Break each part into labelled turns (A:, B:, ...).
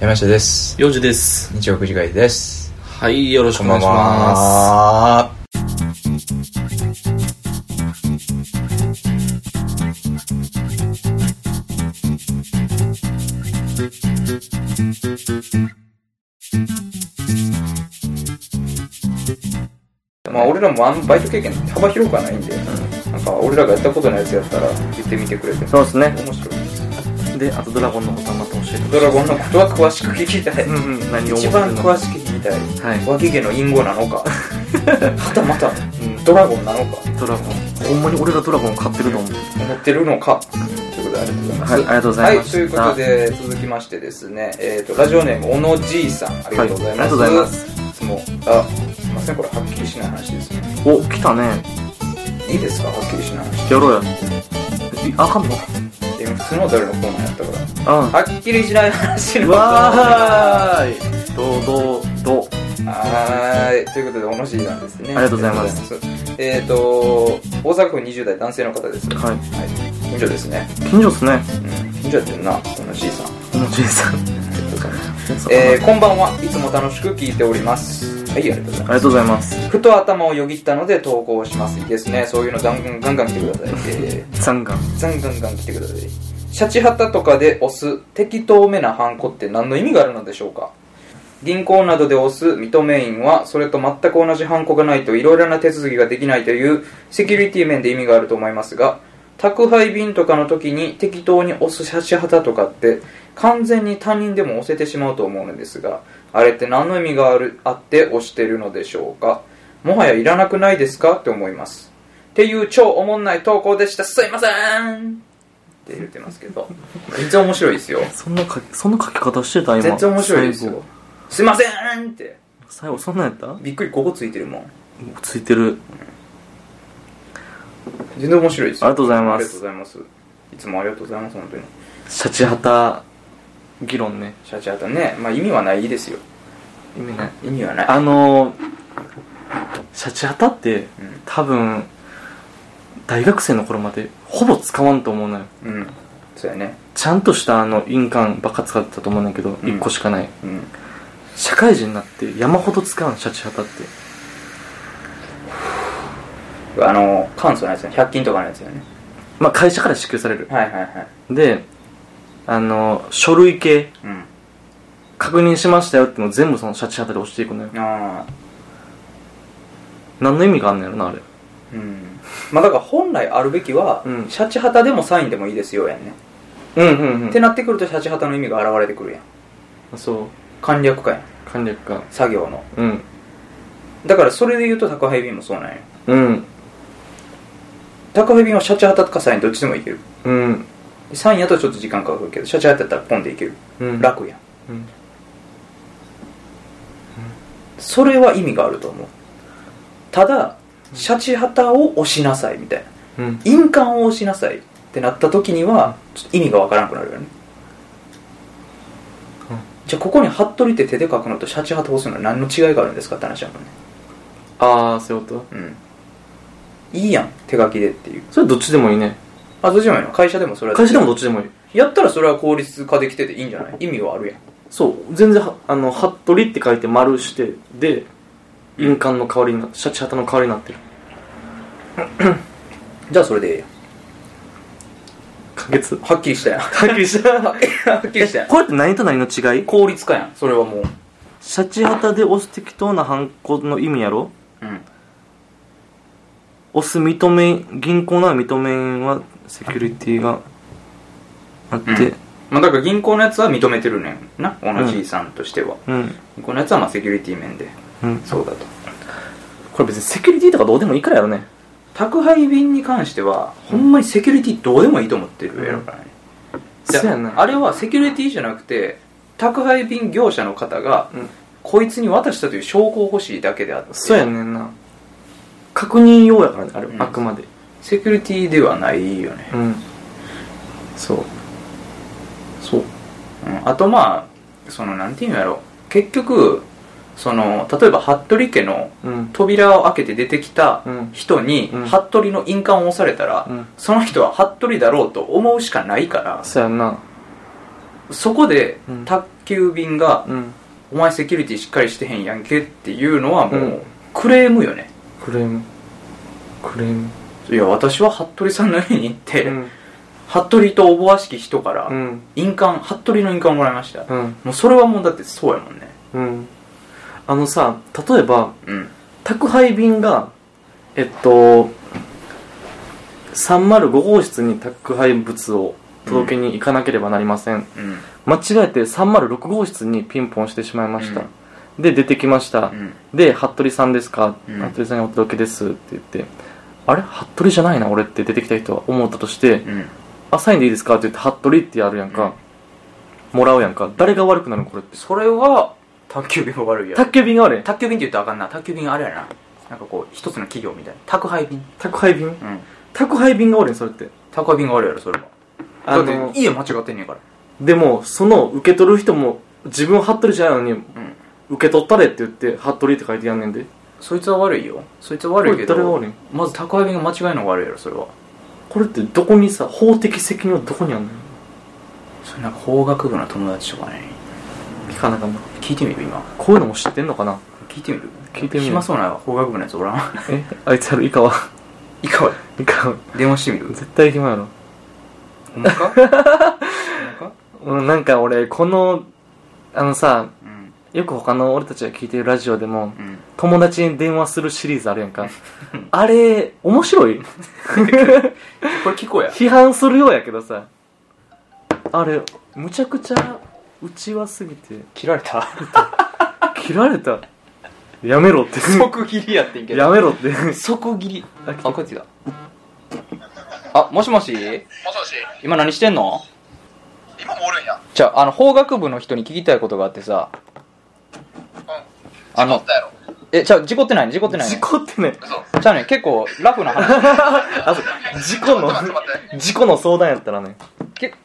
A: 山下です
B: 4時です
A: 日曜9時会です
B: はいよろしく
A: こ
B: お
A: んば
B: 願い
A: ん
B: しま
A: は
C: まあ俺らもあんバイト経験幅広くはないんで、なんか俺らがやったことないやつやったら言ってみてくれて
B: そうですね
C: 面白い
B: であとドラゴンのことはまた教えて
C: ドラゴンのことは詳しく聞きたい、
B: うんうん何 を
C: 一番詳しく聞きたい、
B: はい
C: 脇毛の隠語なの かはたまたドラゴンなのか
B: ドラゴンほんまに俺がドラゴンを買ってると思う
C: 思ってるのかということでありがとうございます
B: はいありがとうございました
C: はい、ということで続きましてですね、えー、とラジオネームおのじいさんありがとうございます、
B: はいありがとうございます
C: いつもあすいませんこれはっきりしない話ですね
B: お来たね
C: いいですかはっきりしない話
B: やろうやえあかんの
C: で普通の誰のコーナーやったから
B: うん
C: はっきりしない話の
B: わーいどうどうどう
C: はーいということでおのしいなんですね
B: ありがとうございま
C: あり
B: す
C: がとうございますえっ、ー、と大阪府20代男性の方ですは
B: はい
C: い近所ですね
B: 近所っすね
C: うん近所やってんなおのしいさん
B: おもちいさん
C: ありがとうございます
B: え
C: えーこんばんはいつも楽しく聞いておりますはいありがとうござい
B: あり
C: ま
B: がとうございます
C: すふと頭をよぎったので投稿しますいいですねそういうのガンガンガンガン来てください、え
B: ザンガン
C: ー、ザンガンガン来てくださいシャチハタとかで押す適当めなハンコって何の意味があるのでしょうか銀行などで押す認め印はそれと全く同じハンコがないといろいろな手続きができないというセキュリティ面で意味があると思いますが宅配便とかの時に適当に押すシャチハタとかって完全に他人でも押せてしまうと思うのですがあれって何の意味があるあって押してるのでしょうかもはやいらなくないですかって思いますっていう超おもんない投稿でしたすいませんって言ってますけど全然面白いですよ
B: そんな書きそんな書き方してた今
C: 全然面白いです
B: 最
C: よ
B: 後
C: すいませんって
B: 最後そんなんやったもう
C: びっくりここついてるもん
B: ついてる
C: 全然面白いです
B: ありがとうござい
C: あ
B: ま
C: りがとう
B: す
C: ございますいつもありがとうございます本当に
B: シャチハタ議論ね
C: シャチハタねまあ意味はないですよ
B: 意味ない
C: 意味はない
B: あのー、シャチハタって
C: うん
B: 多分大学生の頃までほぼ使わんと思うのよ
C: うんそうやね
B: ちゃんとしたあの印鑑ばっか使ってたと思うねんだけど、
C: ん
B: 一1個しかない
C: うん
B: 社会人になって山ほど使うんシャチハタって
C: あの簡素なやつね100均とかのやつよね
B: まあ会社から支給される
C: はいはいはい
B: であのー書類系
C: うん
B: 確認しましたよっての全部そのシャチハタで押していくのよ
C: ああ
B: 何の意味があんのやろなあれ
C: うんまあだから本来あるべきは、
B: うん
C: シャチハタでもサインでもいいですよやんね、
B: うんうんうん
C: ってなってくるとシャチハタの意味が現れてくるやん
B: そう
C: 簡略化やん
B: 簡略化
C: 作業の
B: うん
C: だからそれで言うと宅配便もそうなんよ
B: うん
C: 宅配便はシャチハタかサインどっちでもいける
B: うん
C: サインやとちょっと時間かかるけどシャチハタやったらポンでいける、
B: うん
C: 楽やん
B: うん
C: それは意味があると思うただシャチハタを押しなさいみたいな
B: うん
C: 印鑑を押しなさいってなった時にはちょっと意味がわからなくなるよね、
B: うん
C: じゃあここに「服部」って手で書くのとシャチハタ押すのは何の違いがあるんですかって話だもんね
B: ああそういうこと
C: うんいいやん手書きでっていう
B: それどっちでもいいね
C: あどっちでもいいの会社でもそれは
B: 会社でもどっちでもいい
C: やったらそれは効率化できてていいんじゃない意味はあるやん
B: そう全然はあの服部って書いて丸してで印鑑の代わりになシャチハタの代わりになってる
C: じゃあそれでええやん
B: 可 決
C: はっきりしたやんは
B: はっきりした
C: っきりしたやん
B: これって何と何の違 い
C: 効率化やんそれはもう
B: シャチハタで押す適当なハンコの意味やろ
C: うん
B: 押す認め銀行なら認めはセキュリティがあって
C: まあだから銀行のやつは認めてるねんなおのじいさんとしては、
B: うん
C: 銀行のやつはまあセキュリティ面で
B: うん
C: そうだと
B: これ別にセキュリティとかどうでもいいからやろね
C: 宅配便に関してはほんまにセキュリティどうでもいいと思ってるやろからね、じゃあ
B: そうやな
C: あれはセキュリティじゃなくて宅配便業者の方が、
B: うん
C: こいつに渡したという証拠を欲しいだけであって
B: そうやねんな確認用やからねあれ
C: うん
B: あくまで
C: セキュリティではないよね、
B: うんそうそう
C: うん、あとまあそのなんていうんやろ結局その例えば服部家の
B: うん
C: 扉を開けて出てきた
B: うん
C: 人に、
B: うん
C: 服部の印鑑を押されたら、
B: うん
C: その人は服部だろうと思うしかないから
B: そうやんな
C: そこで、
B: うん
C: た級便が、
B: うん
C: お前セキュリティしっかりしてへんやんけっていうのはも
B: うん
C: うクレームよね、
B: クレームクレーム
C: いや私は服部さんの家に行って、
B: うん
C: 服部とおぼわしき人から、
B: うん
C: 印鑑服部の印鑑をもらいました、
B: うん
C: もうそれはもうだってそうやもんね
B: うんあのさ例えば
C: うん
B: 宅配便がえっと305号室に宅配物を届けに行かなければなりません、
C: うん
B: 間違えて306号室にピンポンしてしまいました、で出てきました、
C: うん
B: で「服部さんですか
C: うん
B: 服部さんにお届けです」って言って「あれ服部じゃないな俺」って出てきた人は思ったとして
C: うんうん
B: 「あサインでいいですか?」って言って「服部」ってやるやんか、もらうやんか誰が悪くなるのこれって
C: それは宅急便も悪いやろ
B: 宅急便が悪い
C: 宅急便って言ったらあかんな宅急便あれやななんかこう一つの企業みたいな宅配便
B: 宅配便
C: うん
B: 宅配便が悪いんそれって
C: 宅配便があるやろそれは
B: あ
C: だ
B: の
C: って家間違ってんねんから
B: でもその受け取る人も自分服部じゃないのに
C: うん
B: 受け取ったれって言って服部って書いてやんねんで
C: そいつは悪いよそいつは悪いけ
B: これ誰が
C: ど
B: 悪いん
C: まず宅配便が間違いのが悪いやろそれは
B: これってどこにさ法的責任はどこにあんのよ
C: それなんか法学部の友達とかね
B: 聞かなかんな
C: 聞いてみる今
B: こういうのも知ってんのかな
C: 聞いてみる
B: 聞いてみる
C: 暇そうな法学部のやつおら ん
B: えあいつやるイカはい
C: かが
B: イカは
C: 電話してみる
B: 絶対暇やろ
C: ほんまかほんまか
B: うんなんか俺このあのさ
C: うん
B: よく他の俺たちが聞いてるラジオでも
C: うん
B: 友達に電話するシリーズあるやんか あれ面白い
C: これ聞こうや
B: 批判するようやけどさあれむちゃくちゃうちわすぎて
C: 切られた
B: 切られたやめろって
C: 即切りやってんけど
B: やめろって
C: 即切り
B: あ
C: あ
B: 来た
C: こっちだあもしもし
D: もしもし、
C: 今何してんの
D: 今もおるんや。
C: じゃああの法学部の人に聞きたいことがあってさ
D: うん。
C: あ
D: 事故
C: の
D: ったやろ。
C: えじゃあ事故ってないね事故ってないね
B: 事故ってね
D: 嘘。
C: じゃあね結構ラフな話
B: あそう事故の
D: ちょっと待って
B: 事故の相談やったらね
C: 結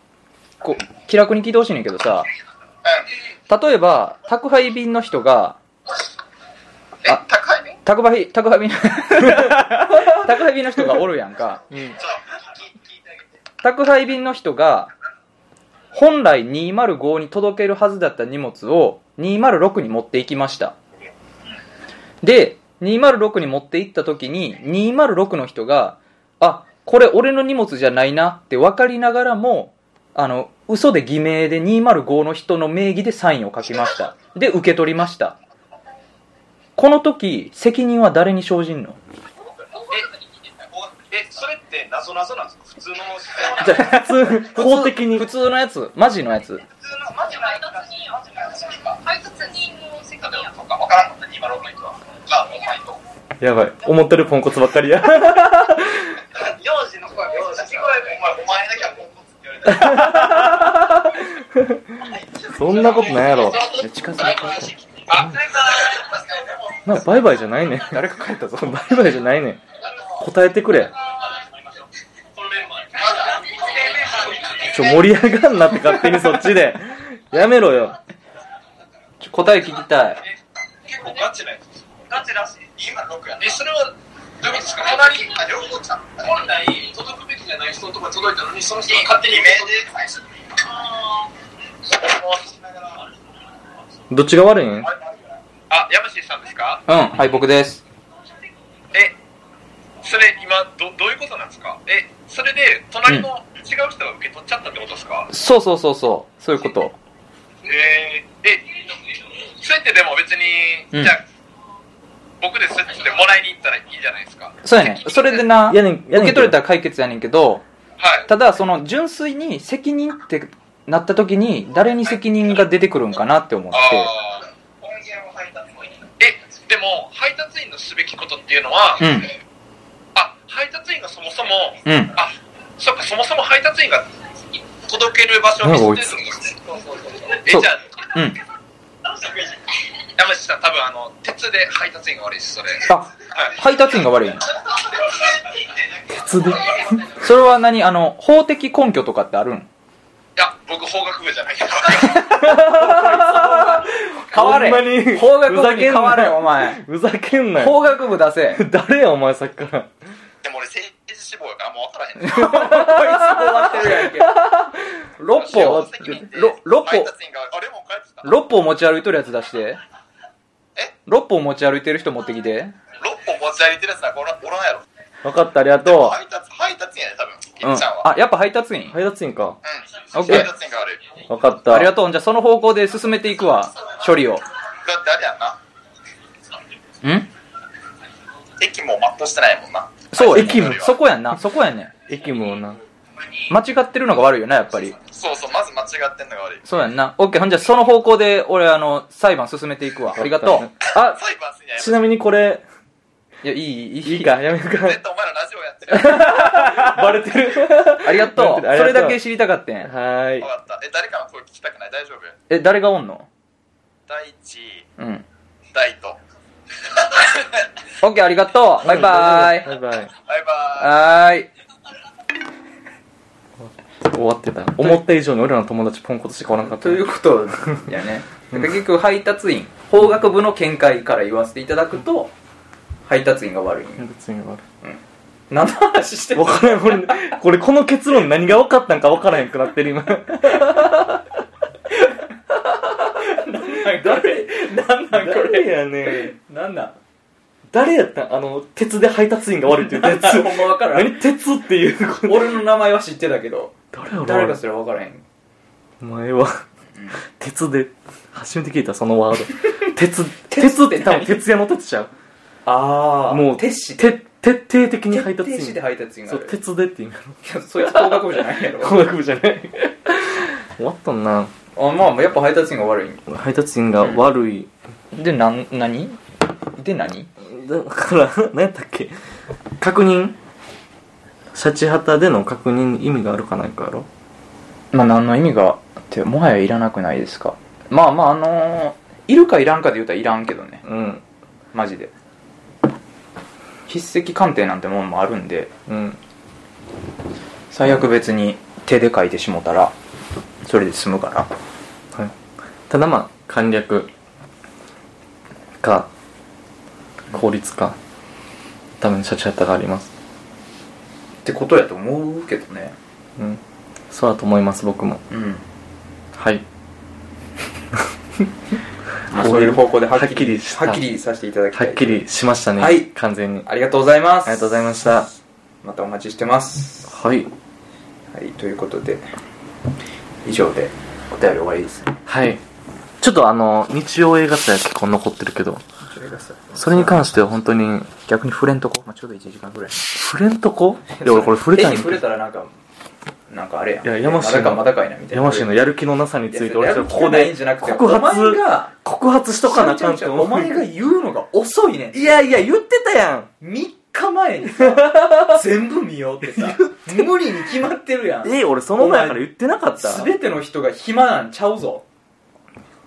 C: 構気楽に聞いてほしいねんけどさ例えば宅配便の人が
D: うん。え
C: あ、
D: 宅配便
C: 宅配宅配便 宅配便の人がおるやんか
B: うん
D: ちょっと、聞いてあげて。
C: 宅配便の人が本来205に届けるはずだった荷物を206に持っていきましたで206に持って行った時に206の人があこれ俺の荷物じゃないなって分かりながらもあの嘘で偽名で205の人の名義でサインを書きましたで受け取りましたこの時責任は誰に生じんの
D: え、え、それって謎謎なんですか普通の自然な。
B: じゃあ普通
C: 普通
B: 法的に
C: 普通のやつマジのやつ
D: 普通の、マジな配達人、マジな配達人か。配達人の世界やとか、わからんの今6の人は。あ、お前と。
B: やばい思ってるポンコツばっかりや
D: 幼児の声、幼児の声、お前、お前だけはポンコツって言われた。
B: そんなことないやろ
C: いや近づいて
D: あ、
B: まあバイバイじゃないねん
C: 誰か帰ったぞ
B: バイバイじゃないねん答えてくれちょ盛り上がんなって勝手にそっちでやめろよ
C: ちょ答え聞きたい
D: 結構ガチなやつ。ガチらしい。今6や。え、それは、どういうことですか隣、あ、両方ちゃん。本来、届くべきじゃない人のところに届いたのに、その人が勝手にメールで返す。あ
B: どっちが悪いんうん
D: あ、山下さんですか
C: うんはい僕です
D: え、それ今ど、どういうことなんですかえ、それで、隣の違う人が受け取っちゃったってことですか、
C: そうそうそうそうそういうこと
D: えー、え、それってでも別に、
C: うん
D: じゃあ、僕でそうやってもらいに行ったらいいじゃないですか。
C: そうやねんそれでな
B: やねんやねん
C: 受け取れたら解決やねんけど
D: はい。
C: ただその純粋に責任ってなった時に誰に責任が出てくるんかなって思って
D: ああ。え、でも、配達員のすべきことっていうのは、
C: うん
D: あ、配達員がそもそも、
C: うん
D: あ、そっか、そもそも配達員が届ける場所を見せてるってことですね。え、じ
C: そう
D: ゃあ、
C: うん
D: 山下さん、多分あの、鉄で配達員が悪いです、それ。
C: あ
D: はい。
C: 配達員が悪いん
B: 鉄で
C: それは何あの法的根拠とかってあるん
D: いや、僕、法学部じゃな いから。
C: 変われ
B: ほんまに
C: 法学部
B: ふざ
C: に
B: けん
C: 変
B: な
C: われお前
B: ふざけんな よ
C: 法学部出せ
B: 誰やお前さっきから
D: でも俺、政治死亡やからもう分からへんねん
C: 終わってるやんけ。六歩、ろ六
D: 配
C: 歩、
D: 達員があれも帰ってきた
C: 六歩持ち歩いとるやつ出して。
D: え
C: 六歩持ち歩いてる人持ってきて。
D: 六本持ち歩いてるやつなんかおらおらんやろ
C: 分かった、ありがと
D: 配達配達員やね多分
C: う。うん。
D: 金ちゃんは
C: あ、やっぱ配達員
B: 配達員か。
D: うん
C: オッケー
D: 配達員が悪い
B: わかった。
C: ありがとう。じゃあその方向で進めていくわ。処理を。ん
D: だってあれやんな駅も全うしてないもんな
C: そうやね
B: 駅
D: も
C: そこやんな。そこやねん。
B: 駅もな。
C: 間違ってるのが悪いよな、やっぱり。
D: そうそうまず間違ってんのが悪い
C: そうやんな。オッケー。ほんじゃあその方向で、俺、あの、裁判進めていくわ。ありがと
B: あ、
D: 裁判すんや
B: ちなみにこれ、
C: う。いや、いい、いい。
B: いいか、やめるか。
D: 絶対お前らラジオやってるやん
B: バレてる。
C: ありがとう。そ
B: ありがとう
C: れだけ知りたかったん。
B: はーい
D: 分。かったえ誰かの声聞きたくない大丈夫
C: え、誰がおんの
D: 第一
C: うん。
D: 大と
C: オッケー、ありがとう。バイバーイ。
B: バイバイ。
D: バイバ
C: はーい。
B: 終わってた。思った以上に俺らの友達ポンコツしかおらんかった。
C: ということやね。結局、配達員、法学部の見解から言わせていただくと、配達員が悪い。
B: 別に悪
C: 何の話して
B: い。
C: んの
B: わからん、俺、これこの結論何が分かったんか分からへんくなってる今。
C: 誰何なんこ
B: 誰
C: れ。
B: やねん。
C: 何なん
B: 誰やったんあの、鉄で配達員が悪いって言った
C: ほ
B: や
C: ん まわ
B: つ。
C: からん。
B: 何鉄っていうこと
C: 俺の名前は知ってたけど、
B: 誰やろ
C: 誰かすらわからへん。
B: お前は、鉄で、初めて聞いたその ワード。鉄、鉄って多分鉄屋の鉄ちゃう。
C: あ
B: もう、
C: 徹子。
B: て徹底的に配達
C: 徹子で
B: 員。
C: 配達員が
B: そ
C: あ
B: う、
C: る。
B: 鉄でって意味やろ。
C: いやそいつ法学部じゃない やろ。
B: 工学部じゃない。終わったんな。
C: あまあやっぱ配達員が悪い
B: 配達員が悪い。
C: でなん何で何
B: だから、何やったっけ確認シャチハタでの確認に意味があるかないかやろ
C: まあ何の意味がってもはやいらなくないですかまあまああのー、いるかいらんかで言うたらいらんけどね
B: うん。
C: マジで筆跡鑑定なんてもんもあるんで
B: うん。
C: 最悪別に手で書いてしもたらそれで済むから
B: はい。ただまあ、簡略か、効率か、ためにシャチハタがあります。
C: ってことやと思うけどね
B: うん。そうだと思います、僕も。
C: うん
B: はい。
C: まあそういう方向ではっき
B: はっき
C: り
B: りした
C: はっきりさせていただき
B: は
C: たい
B: っきりしましたね。
C: はい
B: 完全に。あ
C: ありがとうございます
B: りがとうございました。
C: またお待ちしてます
B: はい。
C: はいということで以上でお便り終わりですね
B: はい。ちょっとあの、日曜映画祭は結構残ってるけど、
C: それがさ
B: それに関しては本当に、
C: 逆に触れんとこ、まあ、ちょうど1時間ぐらい
B: 触れん とこいや、俺これ触れた
C: 手に
B: い
C: 触れ
B: ん
C: たらなんかなんかあれやん
B: いや山
C: ま
B: 氏の
C: だかまだかいなみたいな
B: 山氏のやる気のなさに
C: い
B: つ
C: や
B: いて、俺ちょっとここ
C: やる気ない
B: で
C: んじゃなくて
B: 告発
C: お前が
B: 告発しとかなあかんって思う。
C: お前が言うのが遅いねん
B: いやいや、言ってたやん
C: 3日前に さ全部見ようってさ無理に決まってるやん
B: え、俺その前から言ってなかった言っ
C: 全ての人が暇なんちゃうぞ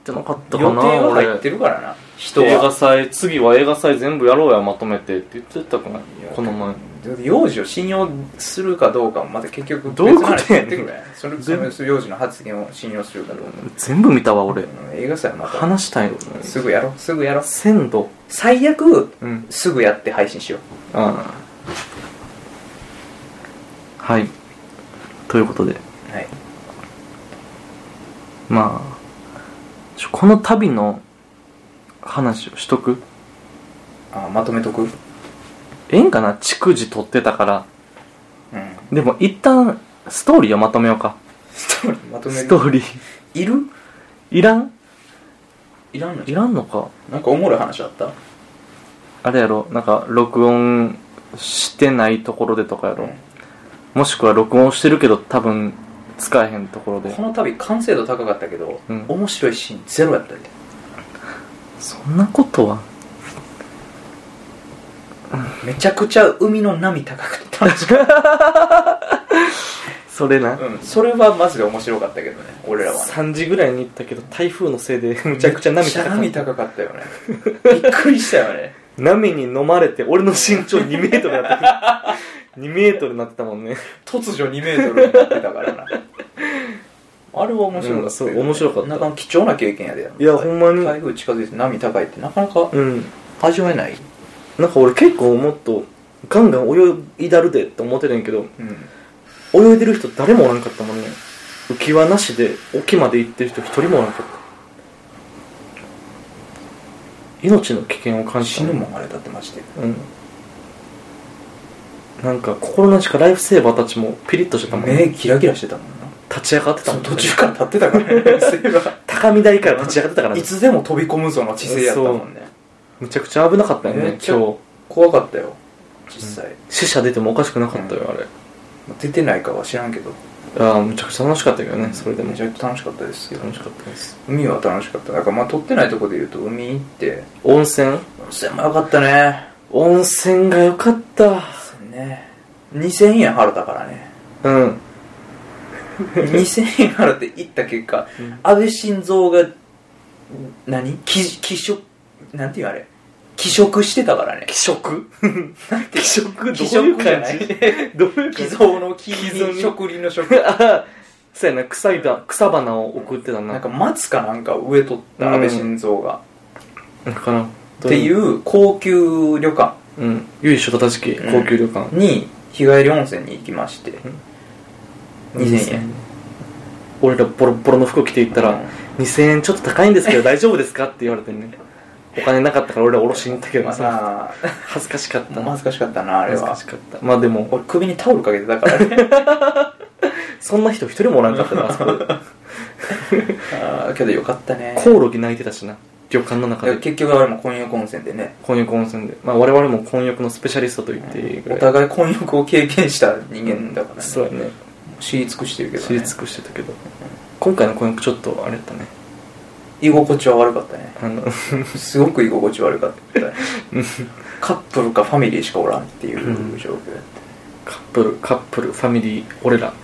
B: てなかった
C: 予
B: か
C: 定
B: な
C: は
B: 俺
C: 入ってるからな人
B: 映画
C: は
B: 祭、次は映画祭全部やろうや、まとめてって言ってたかな、この前。
C: 幼児を信用するかどうかもまた結局
B: どういうことやね
C: 別の話になって
B: ん
C: くるやんそれ
B: 全部
C: その幼児の発言を信用するかどうか
B: 全部見たわ、俺。
C: 映画祭はまた
B: 話したいの。
C: すぐやろうすぐやろう
B: 鮮度。
C: 最悪
B: うん。
C: すぐやって配信しよ
B: ああはいということで
C: うはい
B: まあちょこの旅の話をしとく
C: あまとめとくうん
B: ええんかな逐次撮ってたからでも一旦ストーリーをまとめようか
C: ストーリーまとめ
B: ストーリー
C: いる
B: いらん
C: いらんの
B: いらんのか
C: なんかおもろい話あった
B: あれやろなんか録音してないところでとかやろ、
C: うん
B: もしくは録音してるけど多分使えへんところで
C: この度完成度高かったけど、
B: うん
C: 面白いシーンゼロやったで
B: そんなことは
C: めちゃくちゃ海の波高くて楽しかっ
B: それな
C: た、うん、それはマジで面白かったけどね俺らはね
B: 3時ぐらいに行ったけど台風のせいでむちゃくちゃ
C: めっ
B: 波
C: ちゃ
B: 高
C: 波
B: い
C: 高かったよ ねびっくりしたよね
B: 波に飲まれて俺の身長2メートルになっ てた2メートルになってたもんね
C: 突如2メートルになってたからなあれは面白かったけどね、
B: うんそう面白かった
C: なかなか貴重な経験やで
B: いやほんまに
C: 台風近づいて波高いってなかなか
B: うん
C: 味わえない
B: なんか俺結構もっとガンガン泳いだるでって思ってたんやけど
C: うん
B: 泳いでる人誰もおらんかったもんね浮き輪なしで沖まで行ってる人一人もおらんかった命の危険を感じた
C: 死ぬもんあれだってまして
B: うんなんか心なしかライフセーバーたちもピリッとしてたもん
C: 目
B: ね
C: キラキラしてたもんな
B: 立ち上がってた
C: そ
B: も
C: の
B: ん、ね、
C: 途中から立ってた からねそういえば
B: 高見台から立ち上がってたから、
C: いつでも飛び込むぞの姿勢やったもんね
B: むちゃくちゃ危なかったよ
C: めっ
B: ね
C: ちゃ
B: 今日
C: 怖かったよ実際、
B: 死者出てもおかしくなかったよ、あれ
C: 出てないかは知らんけど
B: ああむちゃくちゃ楽しかったけどねそれでも
C: めちゃくちゃ楽しかったですけど
B: 楽しかったです
C: 海は楽しかっただからまあ撮ってないとこで言うと海行って
B: 温泉
C: 温泉もよかったね
B: 温泉が良かった
C: ね2000円払ったからね
B: うん
C: 2000円払って行った結果、
B: うん
C: 安倍晋三が何き気色なんていうあれ気色してたからね
B: 気色気色
C: 気
B: どういう
C: 色じゃな
B: 感
C: い
B: じ どういう感じ
C: 気象の気
B: 気象に
C: に食林の食
B: ああ そうやな草いば草花を送ってたな
C: なんか松かなんか植えとった
B: うん
C: 安倍晋三が、
B: だから
C: ってい、う高級旅館
B: うん、由緒正しき高級旅館、
C: に日帰り温泉に行きまして、2000円
B: 俺らボロボロの服着ていったら、2000円ちょっと高いんですけど大丈夫ですかって言われてねお金なかったから俺らおろしに行ったけど
C: まあ
B: さ
C: さ
B: 恥ずかしかった
C: 恥ずかしかったなあれ
B: 恥ず
C: は
B: かしかったまあでも
C: 俺首にタオルかけてたからね
B: そんな人一人もおらんかったなあそ こで
C: あーけどよかったね
B: コオロギ泣いてたしな旅館の中
C: だから
B: で
C: 結局あれも混浴温泉でね
B: 混浴温泉でまあ我々も混浴のスペシャリストと言っていいぐら
C: お
B: い
C: 互い混浴を経験した人間だからね、
B: そうやね
C: 知り尽くしてるけど、
B: 知
C: ね、
B: り尽くしてたけど今回の混浴ちょっとあれだったね
C: 居心地は悪かった ね
B: あの
C: すごく居心地悪かったねカップルかファミリーしかおらんっていう状況やっ
B: カップルカップルファミリー俺ら
C: た、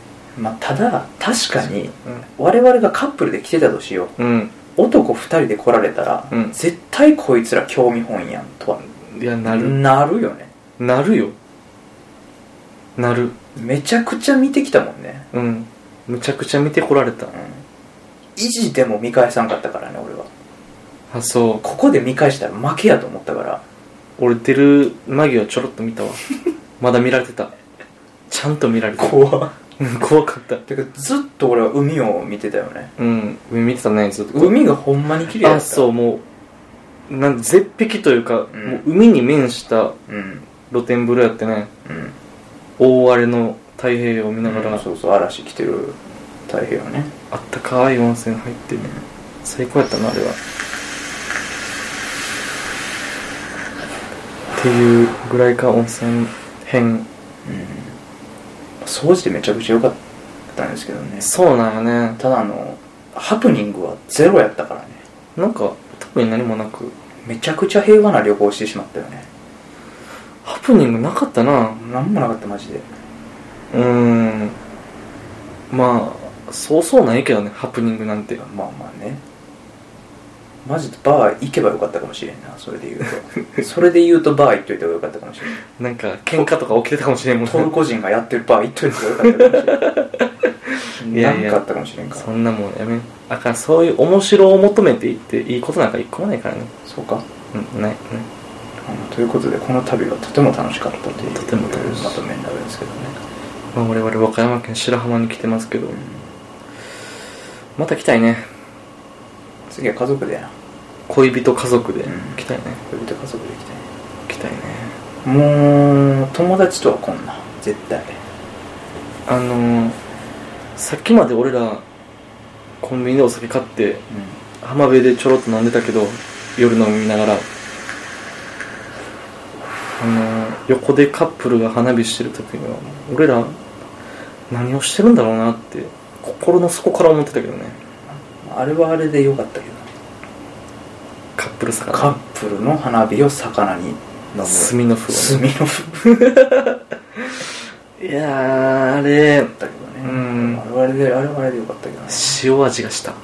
C: まあ、ただ確かに我々がカップルで来てたとしよう
B: うん、
C: 男2人で来られたら、
B: うん
C: 絶対こいつら興味本位やんとはい
B: やなる
C: なるよね
B: なるよなる
C: めちゃくちゃ見てきたもんね、
B: うんむちゃくちゃ見てこられた
C: うん、維持でも見返さんかったからね俺は
B: あそう
C: ここで見返したら負けやと思ったから
B: 俺出る間際ちょろっと 見たわまだ見られてたちゃんと見られてた
C: 怖って
B: うん怖かった
C: てかずっと俺は海を見てたよね
B: うん上見てたねずっと
C: 海がほんまに綺麗だった
B: あそうもうなん絶壁というか、
C: ん
B: もう海に面した
C: うん
B: 露天風呂やってね
C: うん
B: 大荒れの太平洋を見ながら、
C: そうそう嵐来てる太平洋ね
B: あったかい温泉入ってね最高やったなあれはっていうぐらいか温泉編
C: 掃除でめちゃくちゃ良かったんですけどね
B: そうなんよね
C: ただあのハプニングはゼロやったからね
B: なんか特に何もなく
C: めちゃくちゃ平和な旅行をしてしまったよね
B: ハプニングなかったな
C: なんもなかったマジで
B: うーんまあそうそうないけどねハプニングなんて
C: まあまあねマジでバー行けばよかったかもしれんなそれで言うとそれで言うとバー行っといた方がよかったかも しれん
B: なんか喧嘩とか起きてたかもしれんもん
C: トル
B: ね
C: コ人がやってるバー行っといた方がよかったかもしれん
B: いやいや
C: なんかあったかもしれんから
B: そんなもんやめあかんそういう面白を求めていっていいことなんか一個もないからね
C: そうか
B: うんないね
C: うんということでこの旅はとても楽しかったという
B: とても楽しい
C: まとめになるんですけどね
B: まあ、我々和歌山県白浜に来てますけど、また来たいね
C: 次は家族でやな
B: 恋人家族で
C: うん
B: 来たいね、
C: 恋人家族で行きたい
B: 来たいね
C: もう友達とはこんな絶対
B: あのー、さっきまで俺らコンビニでお酒買って浜辺でちょろっと飲んでたけど夜飲みながらあのー横でカップルが花火してる時には俺ら何をしてるんだろうなって心の底から思ってたけどね
C: あれはあれでよかったけど
B: カップルさ
C: カ
B: が
C: ップルの花火を魚に飲む
B: 炭の風
C: 炭
B: 呂
C: の風だ
B: いやーあれ
C: ったけどね
B: うん
C: あれはあれであれはあれでよかったけどね
B: 塩味がした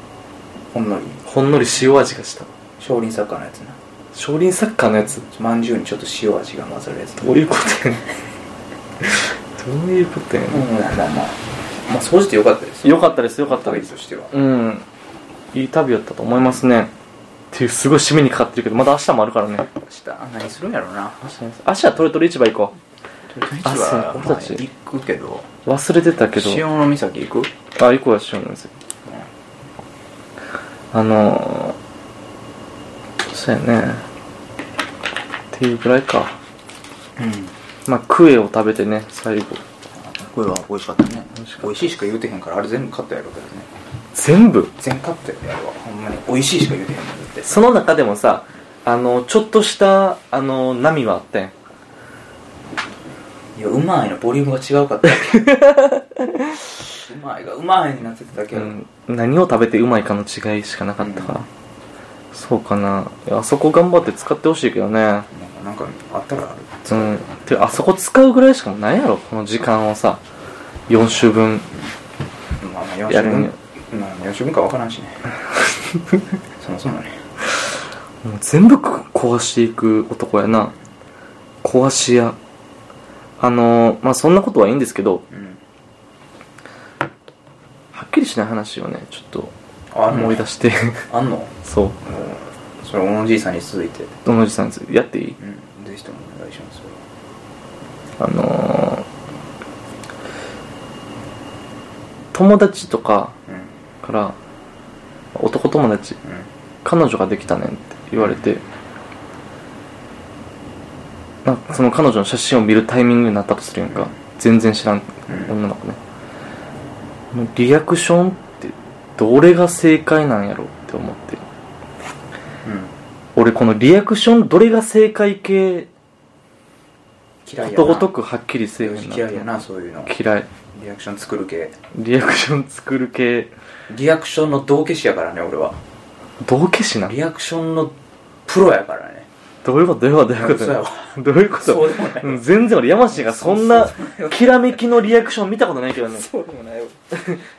C: ほんのり
B: ほんのり塩味がした
C: 少林サッカーのやつな
B: 少林サッカーのやつ
C: まんじゅうにちょっと塩味が混ざるやつ
B: どういうことやねん どういうことや
C: うん
B: ね
C: まあまあまあ掃除てよかったです
B: んよかったですよかった
C: 旅
B: です
C: としては
B: うんいい旅やったと思いますねっていうすごい締めにかかってるけどまだ明日もあるからね
C: 明日何するんやろうな
B: 明日はトレトレ市場行こう
C: 鳥取市
B: あ
C: は
B: そう
C: まあ
B: 俺たち
C: 行くけど
B: 忘れてたけど
C: 潮の岬行く
B: あ行こうやしようなんですよあのー、そうやねっていうぐらいか
C: うん
B: まあクエを食べてね最後
C: これは美味しかったね
B: 美味しかった
C: 美味しいしか言うてへんからあれ全部カットやるからね
B: 全部
C: 全カットやるやろほんまに美味しいしか言うてへんもんだって
B: その中でもさあのちょっとしたあの波はあったやん
C: いやうまいのボリュームが違うかった うまいがうまいになってただけ
B: う
C: やろ
B: ん、何を食べてうまいかの違いしかなかったから、
C: うん
B: そうかないやあそこ頑張って使ってほしいけどね
C: なんかあったらある
B: うんてかあそこ使うぐらいしかもうないやろこの時間をさ4週分
C: まあまあ4
B: や
C: 週
B: るんや
C: 分まあ4週分か分からんし ねそもそもね
B: もう全部壊していく男やな壊し屋あのまあそんなことはいいんですけど
C: うん
B: はっきりしない話をねちょっと
C: あんの
B: 思い出して
C: あんのも
B: そう
C: うそれ小野じいさんに続いて
B: どのじさんですやっていい
C: うんぜひともお願いします
B: あのー友達とか
C: うんうん
B: から男友達彼女ができたねんって言われてなんかその彼女の写真を見るタイミングになったとするやんか全然知らん
C: うん
B: 女の子ねもうリアクションってどれが正解なんやろって思って
C: うん
B: 俺このリアクションどれが正解系
C: 嫌いやな
B: ことごとくはっきりせえへんな
C: 嫌いやなそういうの
B: 嫌い
C: リアクション作る系
B: リアクション作る系
C: リアクションの道化師やからね俺は
B: 道化師なん
C: リアクションのプロやからね
B: どういうことどういうことどういうこと
C: そうやわ
B: どういうこと
C: そうでもない
B: ん全然俺山氏がそんなきらめきのリアクション見たことないけどね
C: そうでもないよ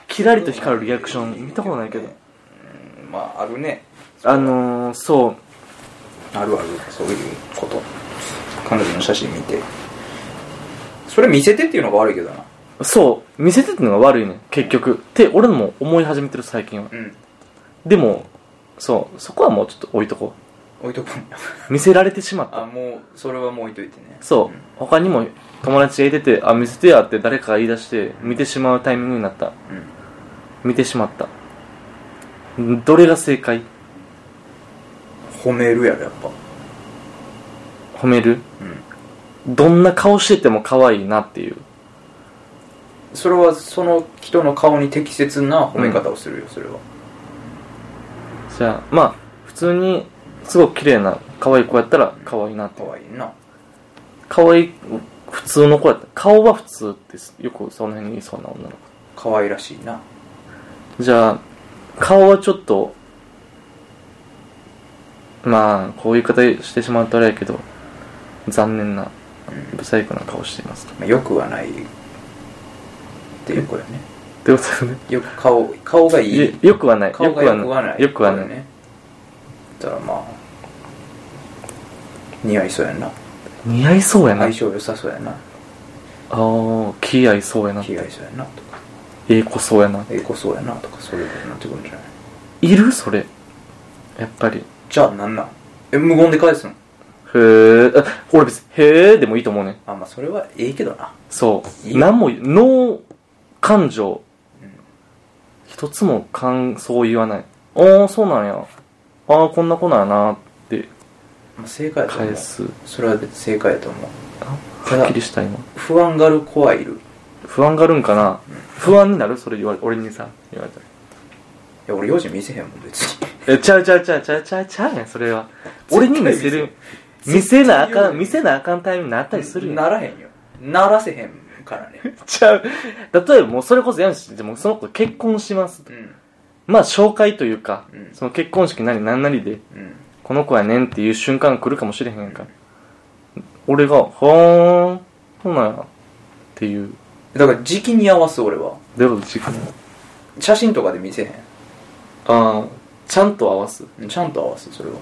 B: キラリと光るリアクション見たことないけど
C: うんまああるね
B: あのー、そう
C: あるあるそういうこと彼女の写真見てそれ見せてっていうのが悪いけどな
B: そう見せてってのが悪いね結局って俺も思い始めてる最近は
C: うん
B: でもそうそこはもうちょっと置いとこ
C: 置いとくんや
B: う見せられてしまった
C: あもうそれはもう置いといてね
B: そう、
C: ん
B: 他にも友達がいててあ見せてやって誰かが言い出して見てしまうタイミングになった
C: うん
B: 見てしまったんどれが正解
C: 褒めるやろやっぱ
B: 褒める
C: うん
B: どんな顔してても可愛いなっていう
C: それはその人の顔に適切な褒め方をするよそれは
B: じゃあまあ普通にすごく綺麗な可愛い子やったら可愛いなって
C: 可愛いな
B: 可愛い普通の子やった顔は普通ってよくその辺にいそうな女の
C: 可愛らしいな
B: 子じゃあ顔はちょっとまあこういう言い方してしまうとあれやけど残念な
C: うん
B: ブサイクな顔していますとっ
C: まあよくはないっていうことやね
B: てことでね
C: よく顔顔がいい
B: よよくはない
C: 顔がよくはない
B: よくはない
C: これねだからまあ似合いそうやな
B: 似合いそうやなあ
C: 相性良さそうやな
B: あー気合いそうやな
C: 気合いそうやなとか
B: ええ子そうやな
C: ええ子そうやなとかそういうことになってくるんじゃない
B: いるそれやっぱり
C: じゃあなんなんえ無言で返すの
B: へーあ俺別に「へーでもいいと思うね
C: あまあそれはええけどな
B: そう
C: いい
B: 何も脳感情、
C: うん
B: 一つも感想を言わないああそうなんやああこんな子なんやなって
C: まあ正解やと思
B: 返
C: う
B: す
C: それは別に正解やと思うただ
B: はっきりした今
C: 不安がる子はいるい
B: 不安があるんかな不安になるそれ言われ俺にさ言われたら
C: や俺用事見せへんもん別に
B: えちゃうちゃうちゃうちゃうちゃうちゃうやんそれは俺に見せる見せなあかん見せなあかんタイミングになったりするやん
C: ならへんよならせへんからね
B: ちゃう例えばもうそれこそやんしでもその子結婚します
C: うん
B: まあ紹介というか、
C: うん
B: その結婚式なりなんなりで、
C: うん
B: この子やねんっていう瞬間来るかもしれへんやんか。俺が、ほーん、そうなんや。っていう。
C: だから時期に合わす俺は
B: どういうこと違う
C: 写真とかで見せへん
B: ああ、ちゃんと合わす。
C: うんちゃんと合わすそれは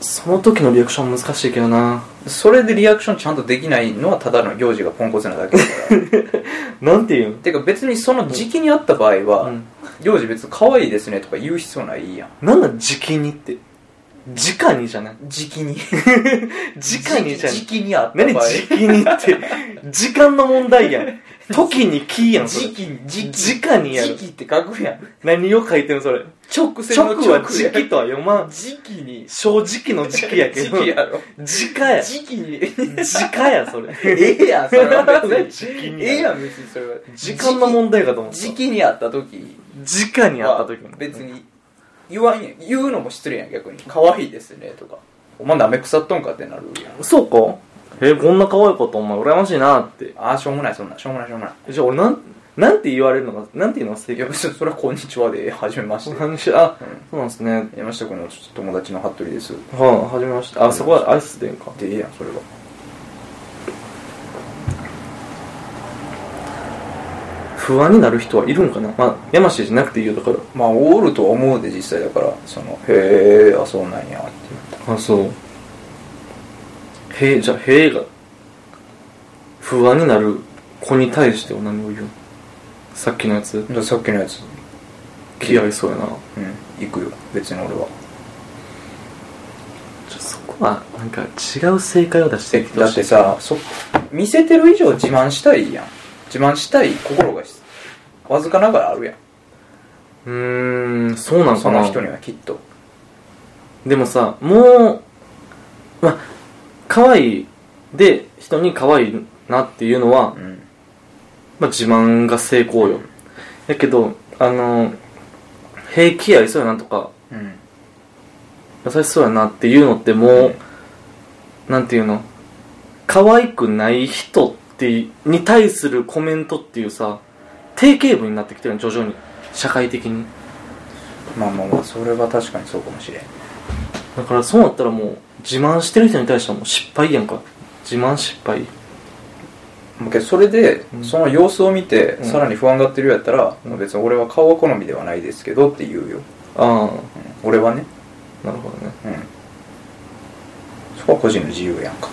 B: その時のリアクション難しいけどな。
C: それでリアクションちゃんとできないのはただの行事がポンコツなだけだ から
B: なんて言うん
C: てか別にその時期にあった場合は、
B: うん
C: 行事別に可愛いですねとか言う必要ないやん
B: なんなん、時期にって。直にじゃない
C: 時期に。
B: 直 にじゃない
C: 時期にあった
B: 何
C: 場合。
B: 時期にって時間の問題やん時に木やんそれ
C: 時期に、時期。
B: 直にやる
C: 時期って書くやん。
B: 何を書いてんのそれ
C: 直線
B: 直
C: の
B: は
C: 直
B: 時
C: や
B: 期とは読まん
C: 時期に。
B: 正直の時期やけ
C: 時
B: ど
C: 期やろ。
B: 時間や
C: 時期に。
B: 時間やそれ
C: ええやん、それは別
B: 時期
C: に。
B: に
C: ええやん、別にそれは。
B: 時間の問題かと思った
C: 時期にあった時
B: 時間にあった
C: は
B: 時に
C: 別に言わんやん言うのも失礼やん逆に可愛いですねとかお前なめ腐っとんかってなるやん
B: そうかえこんな可愛いことお前羨ましいなって
C: ああしょうもないそんなしょうもないしょうもない
B: じゃあ俺なんなんて言われるのかなんて言うの正
C: いや
B: 解
C: 別にそれはこんにちはで初めまして
B: 話あ、そうなんですね
C: 山下君の友達の服部です
B: はあ、初めましてあそこはアイスでんか
C: でええやんそれは
B: 不安になる人はいるんかなまあ山下じゃなくていいよだから
C: まあおるとは思うで実際だからそのへえあそうなんやって
B: あそうへえじゃあへえが不安になる子に対しては何を言うのさっきのやつ
C: でさっきのやつ
B: 気合いそうやな
C: うん行くよ別に俺は
B: ちょそこはなんか違う正解を出して
C: え
B: きて
C: だ
B: ほ
C: っ
B: しい
C: てさそ見せてる以上自慢したいやん自慢したい心がしわずかながらあるやん
B: うーんそうなん
C: そ
B: かな
C: の人にはきっと
B: でもさもうまあ可愛いで人に可愛いなっていうのは、
C: うん
B: まあ、自慢が成功よやけどあの平気やりそうやなとか
C: うん
B: 優しそうやなっていうのってもう、なんていうの可愛くない人ってに対するコメントっていうさ定型文になってきてるの徐々に社会的に
C: まあまあまあそれは確かにそうかもしれん
B: だからそうなったらもう自慢してる人に対してはもう失敗やんか自慢失敗
C: もうけどそれで、
B: うん
C: その様子を見て、
B: うん
C: さらに不安がってるようやったら、
B: うん
C: 別に俺は顔は好みではないですけどって言うよ、
B: ああ
C: 俺はね
B: なるほどね
C: うんそこは個人の自由やんか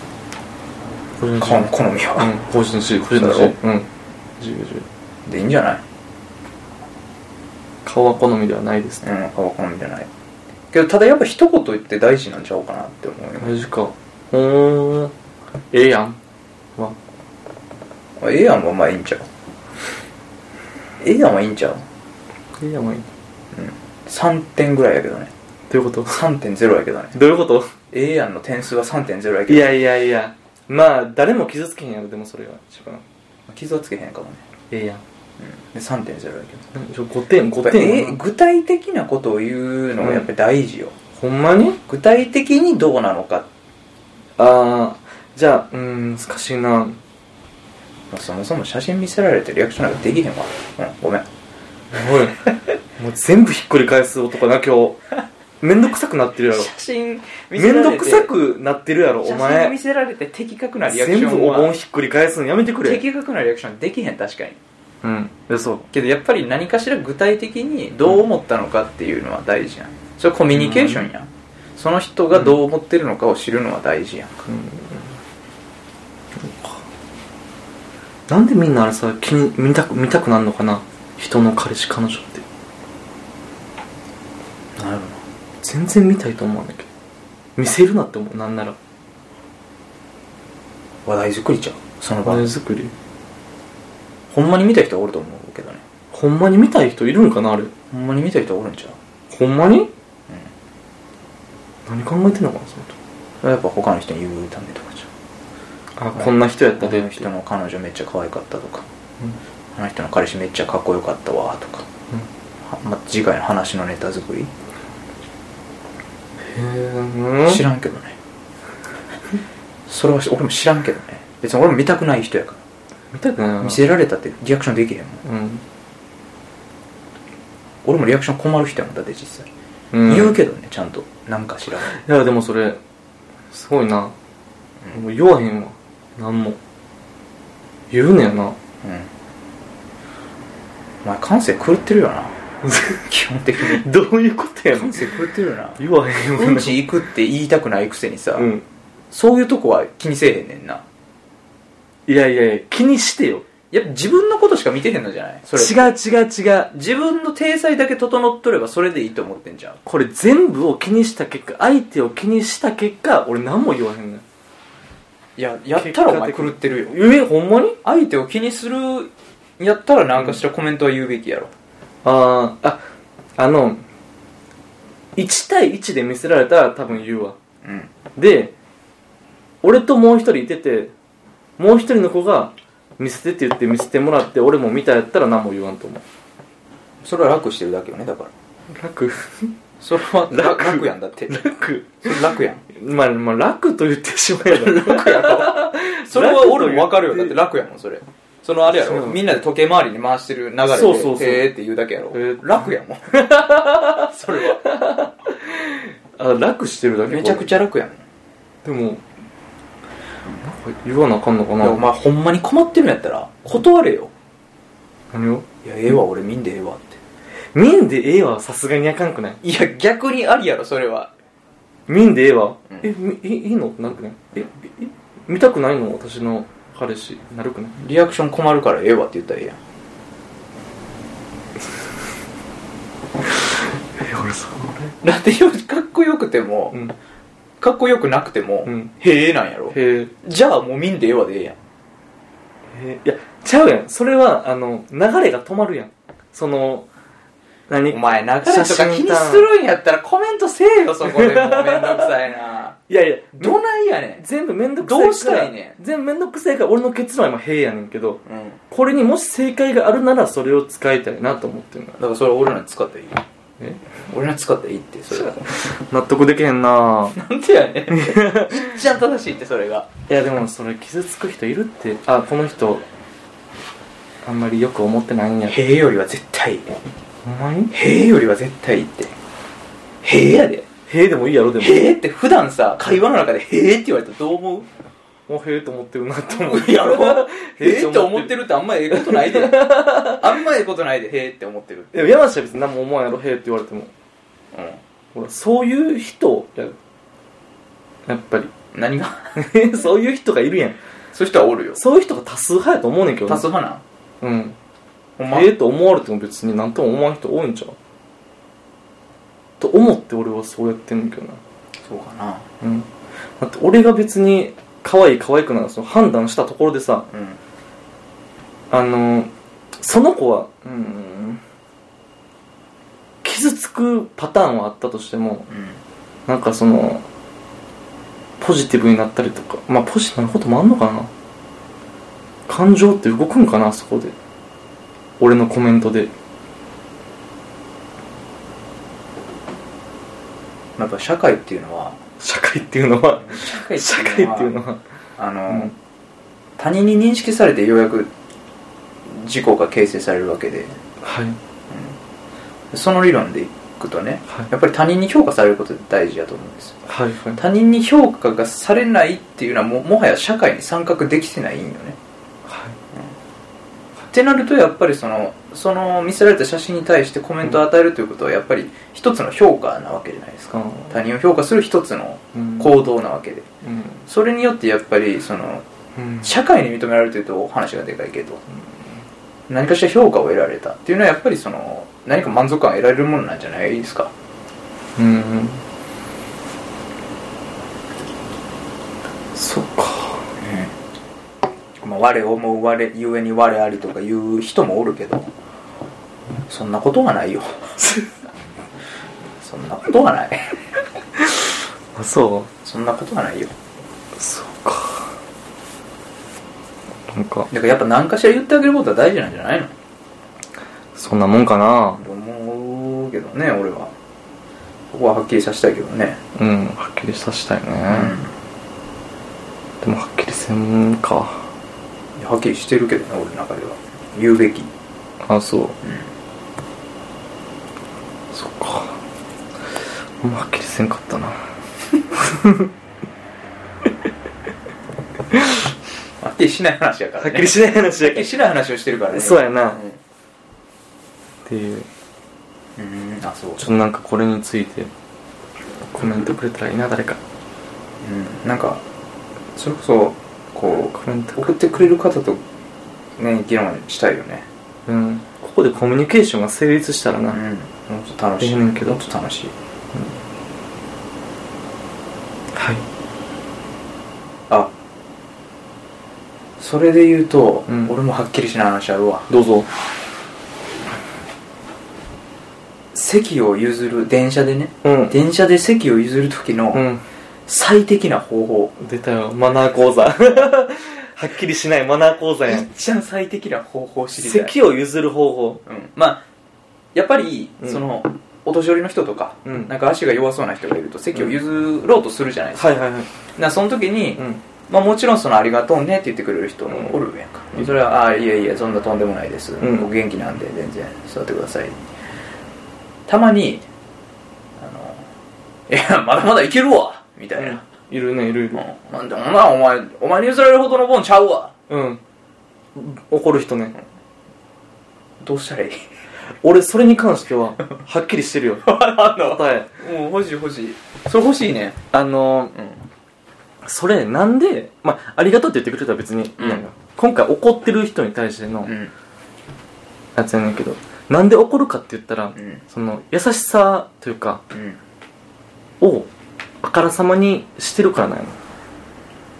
B: 個人主
C: 顔の
B: 義
C: 好み
B: う
C: は、
B: ん個人主義個人主
C: そうや
B: 義うん自由自由
C: でいいんじゃない
B: 顔は好みではないですね
C: うん顔は好みじゃないけどただやっぱ一言言って大事なんちゃうかなって思うよ、
B: マジかほーんええやんわ
C: あええやんはまあいいんちゃうええやんはいいんちゃう
B: ええやんはいい
C: 3点ぐらいやけどね
B: どういうこと
C: 3.0やけどね
B: どういうこと
C: ええやんの点数は3.0やけど
B: いやいやいやまあ誰も傷つけへんやろでもそれは一番
C: 傷はつけへんかもね
B: ええやん
C: で3.0やけど
B: なんちょ5点
C: や
B: 5
C: っぱえ
B: 点、
C: 具体的なことを言うのがやっぱり大事よ、
B: ほんまに
C: 具体的にどうなのか、
B: ああじゃあうーん難し いな
C: まあ、そもそも写真見せられてリアクションなんかできへんわ、うん、ごめん
B: おいもう全部ひっくり返す男な今日めんどくさくなってるやろ
C: 真
B: めんどくさくなってるやろお
C: 写真見
B: 前
C: せられて的確なリアクシ
B: 全
C: ョ
B: 部
C: ン
B: お盆
C: は
B: ひっくり返すのやめてくれ
C: 的確なリアクションできへん確かに
B: うんでそう
C: けどやっぱり何かしら具体的にどう思ったのかっていうのは大事やんそれコミュニケーションやん、その人がどう思ってるのかを知るのは大事やんか、
B: なんでみんなあれさ気に見たく見たくなるのかな人の彼氏彼女って
C: なるほど
B: 全然見たいと思わないけど見せるなって思うなんなら
C: 話題作りちゃうその場
B: 話作り
C: ほんまに見た人はおると思うけどね
B: ほんまに見たい人いるんかなあれ
C: ほんまに見た人はおるんちゃう
B: ほんまに、何考えてんのかなその
C: それやっぱ他の人に言うためとかじゃ
B: 人あこんな人やっ
C: う
B: た
C: こ
B: で
C: の人
B: うん
C: の彼女めっちゃ可愛かったとか、あ
B: うん
C: の人の彼氏めっちゃかっこよかったわとか、はま、次回の話のネタ作り、
B: へ
C: 知
B: え
C: らんけどねそれは俺も知らんけどね別に俺も見たくない人やから
B: 見たくないな
C: 見せられたってリアクションできへんもん
B: うん、
C: 俺もリアクション困る人やもんだって実際、
B: うん、
C: 言うけどねちゃんとなんか知らん
B: いやでもそれすごいな、
C: うん
B: もう言わへんわ何も言うねやな
C: うんお前感性狂ってるよな 基本的に
B: どういうことや
C: 感性狂ってるよな
B: 言わへんわな
C: うんち行くって言いたくないくせにさ、
B: うん
C: そういうとこは気にせえへんねんな
B: うんいやいやいや気にしてよ
C: やっぱ自分のことしか見てへんのじゃないそれ
B: 違う違う違う
C: 自分の体裁だけ整っとればそれでいいと思ってんじゃん
B: これ全部を気にした結果相手を気にした結果俺何も言わへんねん
C: いややったらお前狂ってるよ
B: えほんまに
C: 相手を気にするやったら何かしらコメントは言うべきやろ、
B: あーああの1対1で見せられたら多分言うわ
C: うん、
B: で俺ともう一人いててもう一人の子が見せてって言って見せてもらって俺も見たやったら何も言わんと思う
C: それは楽してるだけよねだから
B: 楽
C: それは
B: 楽
C: 楽楽やんだって
B: 楽
C: それ楽やん
B: まあ、まあ、楽と言ってしまえば 楽や
C: それは俺も分かるよだって楽やもんそれそのあれやろ
B: そう
C: みんなで時計回りに回してる流れで
B: そうそうそう
C: へーって言うだけやろ
B: へー
C: 楽やもん それは
B: あ楽してるだけ
C: めちゃく
B: ゃ
C: ちゃ楽やもん
B: でもなんか言わなあかんのか
C: い
B: な
C: やお前ほんまに困ってるんやったら断れよ
B: 何を
C: いやええわ俺見んでええわって
B: 見んでええわさすがにあかんくない
C: いや逆にありやろそれは
B: 見んでええわ、
C: うん
B: えみいいいいのなんくないええ見たくないの私の彼氏なるくない
C: リアクション困るからええわって言ったらええやん
B: え俺さ
C: だってよかっこよくても、
B: うん
C: かっこよくなくても、
B: うん
C: へえなんやろ
B: へえ
C: じゃあもう見んでええわでええやん
B: えいやちゃうやんそれはあの流れが止まるやんその何
C: お前流れとか
B: 写真
C: 気に
B: ターン
C: するんやったらコメントせえよそこでもうめんどくさいない
B: やいや
C: どないやね
B: 全部めんどくさいから
C: どうしたらいいねん
B: 全部めんどくさいから俺の結論は今「へえ」やねんけど
C: んうん
B: これにもし正解があるならそれを使いたいなと思ってるのよ
C: だからそれ俺らに使ったらいい
B: え
C: 俺らに使ったらいいってそれは
B: 納得できへんな
C: なんでやね んいっちゃん正しいってそれが
B: いやでもそれ傷つく人いるってあこの人あんまりよく思ってないんや
C: へえよりは絶対いい
B: ほんまに
C: へえよりは絶対いいってへえやで
B: へえでもいいやろでも
C: へえって普段さ会話の中でへえって言われたらどう思う
B: もうへえと思ってるなと思う
C: やろ
B: へ
C: へ
B: え
C: え
B: っ
C: ってて
B: 思
C: 思
B: っ
C: っててるってあんまええこと ないであんまええことないでへえって思ってる
B: でも山下は別に何も思わんやろへえって言われても
C: う
B: ほらそういう人ややっぱり
C: ん何が
B: そういう人がいるやん
C: そういう人はおるよ
B: そういう人が多数派やと思うねんけどね
C: 多数派なん
B: うん
C: ほんま
B: ええと思われても別に何とも思わん人多いんちゃうと思って俺はそうやってんねんけどな
C: そうかな
B: うんだって俺が別に可愛い可愛くないのその判断したところでさ
C: うん
B: あのその子はうん傷つくパターンはあったとしてもなんかそのポジティブになったりとかまあポジティブなこともあんのかな感情って動くんかなそこで俺のコメントで
C: やっぱ社会っていうのは
B: 社会っていうのは
C: 社会
B: 社会っていうのは
C: あの、
B: うん
C: 他人に認識されてようやく自己が形成されるわけで
B: はい
C: その理論でいくとね
B: はい
C: やっぱり他人に評価されることって大事だと思うんですよ
B: はいはい
C: 他人に評価がされないっていうのはももはや社会に参画できてないんよね
B: はい
C: ってなるとやっぱりそのその見せられた写真に対してコメントを与えるということはやっぱり一つの評価なわけじゃないですか他人を評価する一つの
B: うん
C: 行動なわけで
B: うん
C: それによってやっぱりその
B: うん
C: 社会に認められてると話がでかいけど何かしら評価を得られたっていうのはやっぱりその何か満足感を得られるものなんじゃないですか
B: うんそっか
C: まあ、我思う我ゆえに我ありとか言う人もおるけどそんなことは ないよそんなことはない
B: あそ
C: そんなことはないよ
B: うそっかなんか
C: だからやっぱ何かしら言ってあげることは大事なんじゃないの
B: そんなもんかな
C: と思うけどね俺はここははっきりさせたいけどね
B: うんはっきりさせたいね、でもはっきりせんか
C: いやはっきりしてるけどね俺の中では言うべき
B: あそう、そっかあんまはっきりせんかったな
C: はっきりしない話やから、ね、
B: しない話
C: はっきりしない話をしてるからね
B: そうやな
C: うん
B: っていう
C: うんあそう
B: ちょっとなんかこれについてコメントくれたらいいな誰か
C: うんなんかそれこそこう
B: コメント
C: 送ってくれる方とね議論したいよね
B: うん、ここでコミュニケーションが成立したらな、
C: うん本当楽しい
B: ええねんけど
C: 本当楽しい
B: はい、
C: あそれで言うと、
B: うん
C: 俺もはっきりしない話あるわ
B: どうぞ
C: 席を譲る電車でね
B: うん
C: 電車で席を譲る時の
B: うん
C: 最適な方法、
B: 出たよマナー講座 はっきりしないマナー講座やん
C: 一番最適な方法を知りたい
B: 席を譲る方法
C: うん、まあやっぱり、
B: うん
C: そのお年寄りの人とか、
B: うん
C: なんか足が弱そうな人がいると席を譲ろうとするじゃないですか,、
B: はいはいはい
C: なその時に、
B: うん
C: まあ、もちろんその「ありがとうね」って言ってくれる人もおるやんか、それは「ああいやいやそんなとんでもないです、
B: うん
C: お元気なんで全然座ってください」たまに「あのい やまだまだいけるわ」みたいな、うん
B: いるねいるいる
C: なんでお前お前お前に譲られるほどのボンちゃうわ
B: うん怒る人ね
C: どうしたらいい
B: 俺それに関してははっきりして るよ
C: あの
B: 答え
C: もう欲しい欲しいそれ欲しいね
B: あのーそれなんでまあありがとうって言ってくれたら別に、
C: うん
B: なんか今回怒ってる人に対しての
C: うん
B: やつやねんけどなんで怒るかって言ったら、
C: うん
B: その優しさというか
C: うん
B: をあからさまにしてるからなんやなっ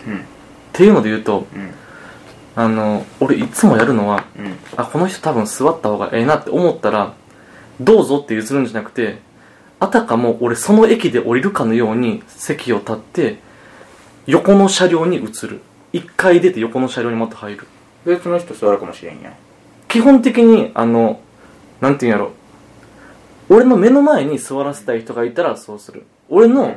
C: うん
B: ていうので言うと
C: うん
B: あの俺いつもやるのは
C: うん
B: あこの人多分座った方がええなって思ったらどうぞって譲るんじゃなくてあたかも俺その駅で降りるかのように席を立って横の車両に移る1回出て横の車両にまた入る
C: 別の人座るかもしれんやん
B: 基本的にあのなんていうんやろ俺の目の前に座らせたい人がいたらそうする俺の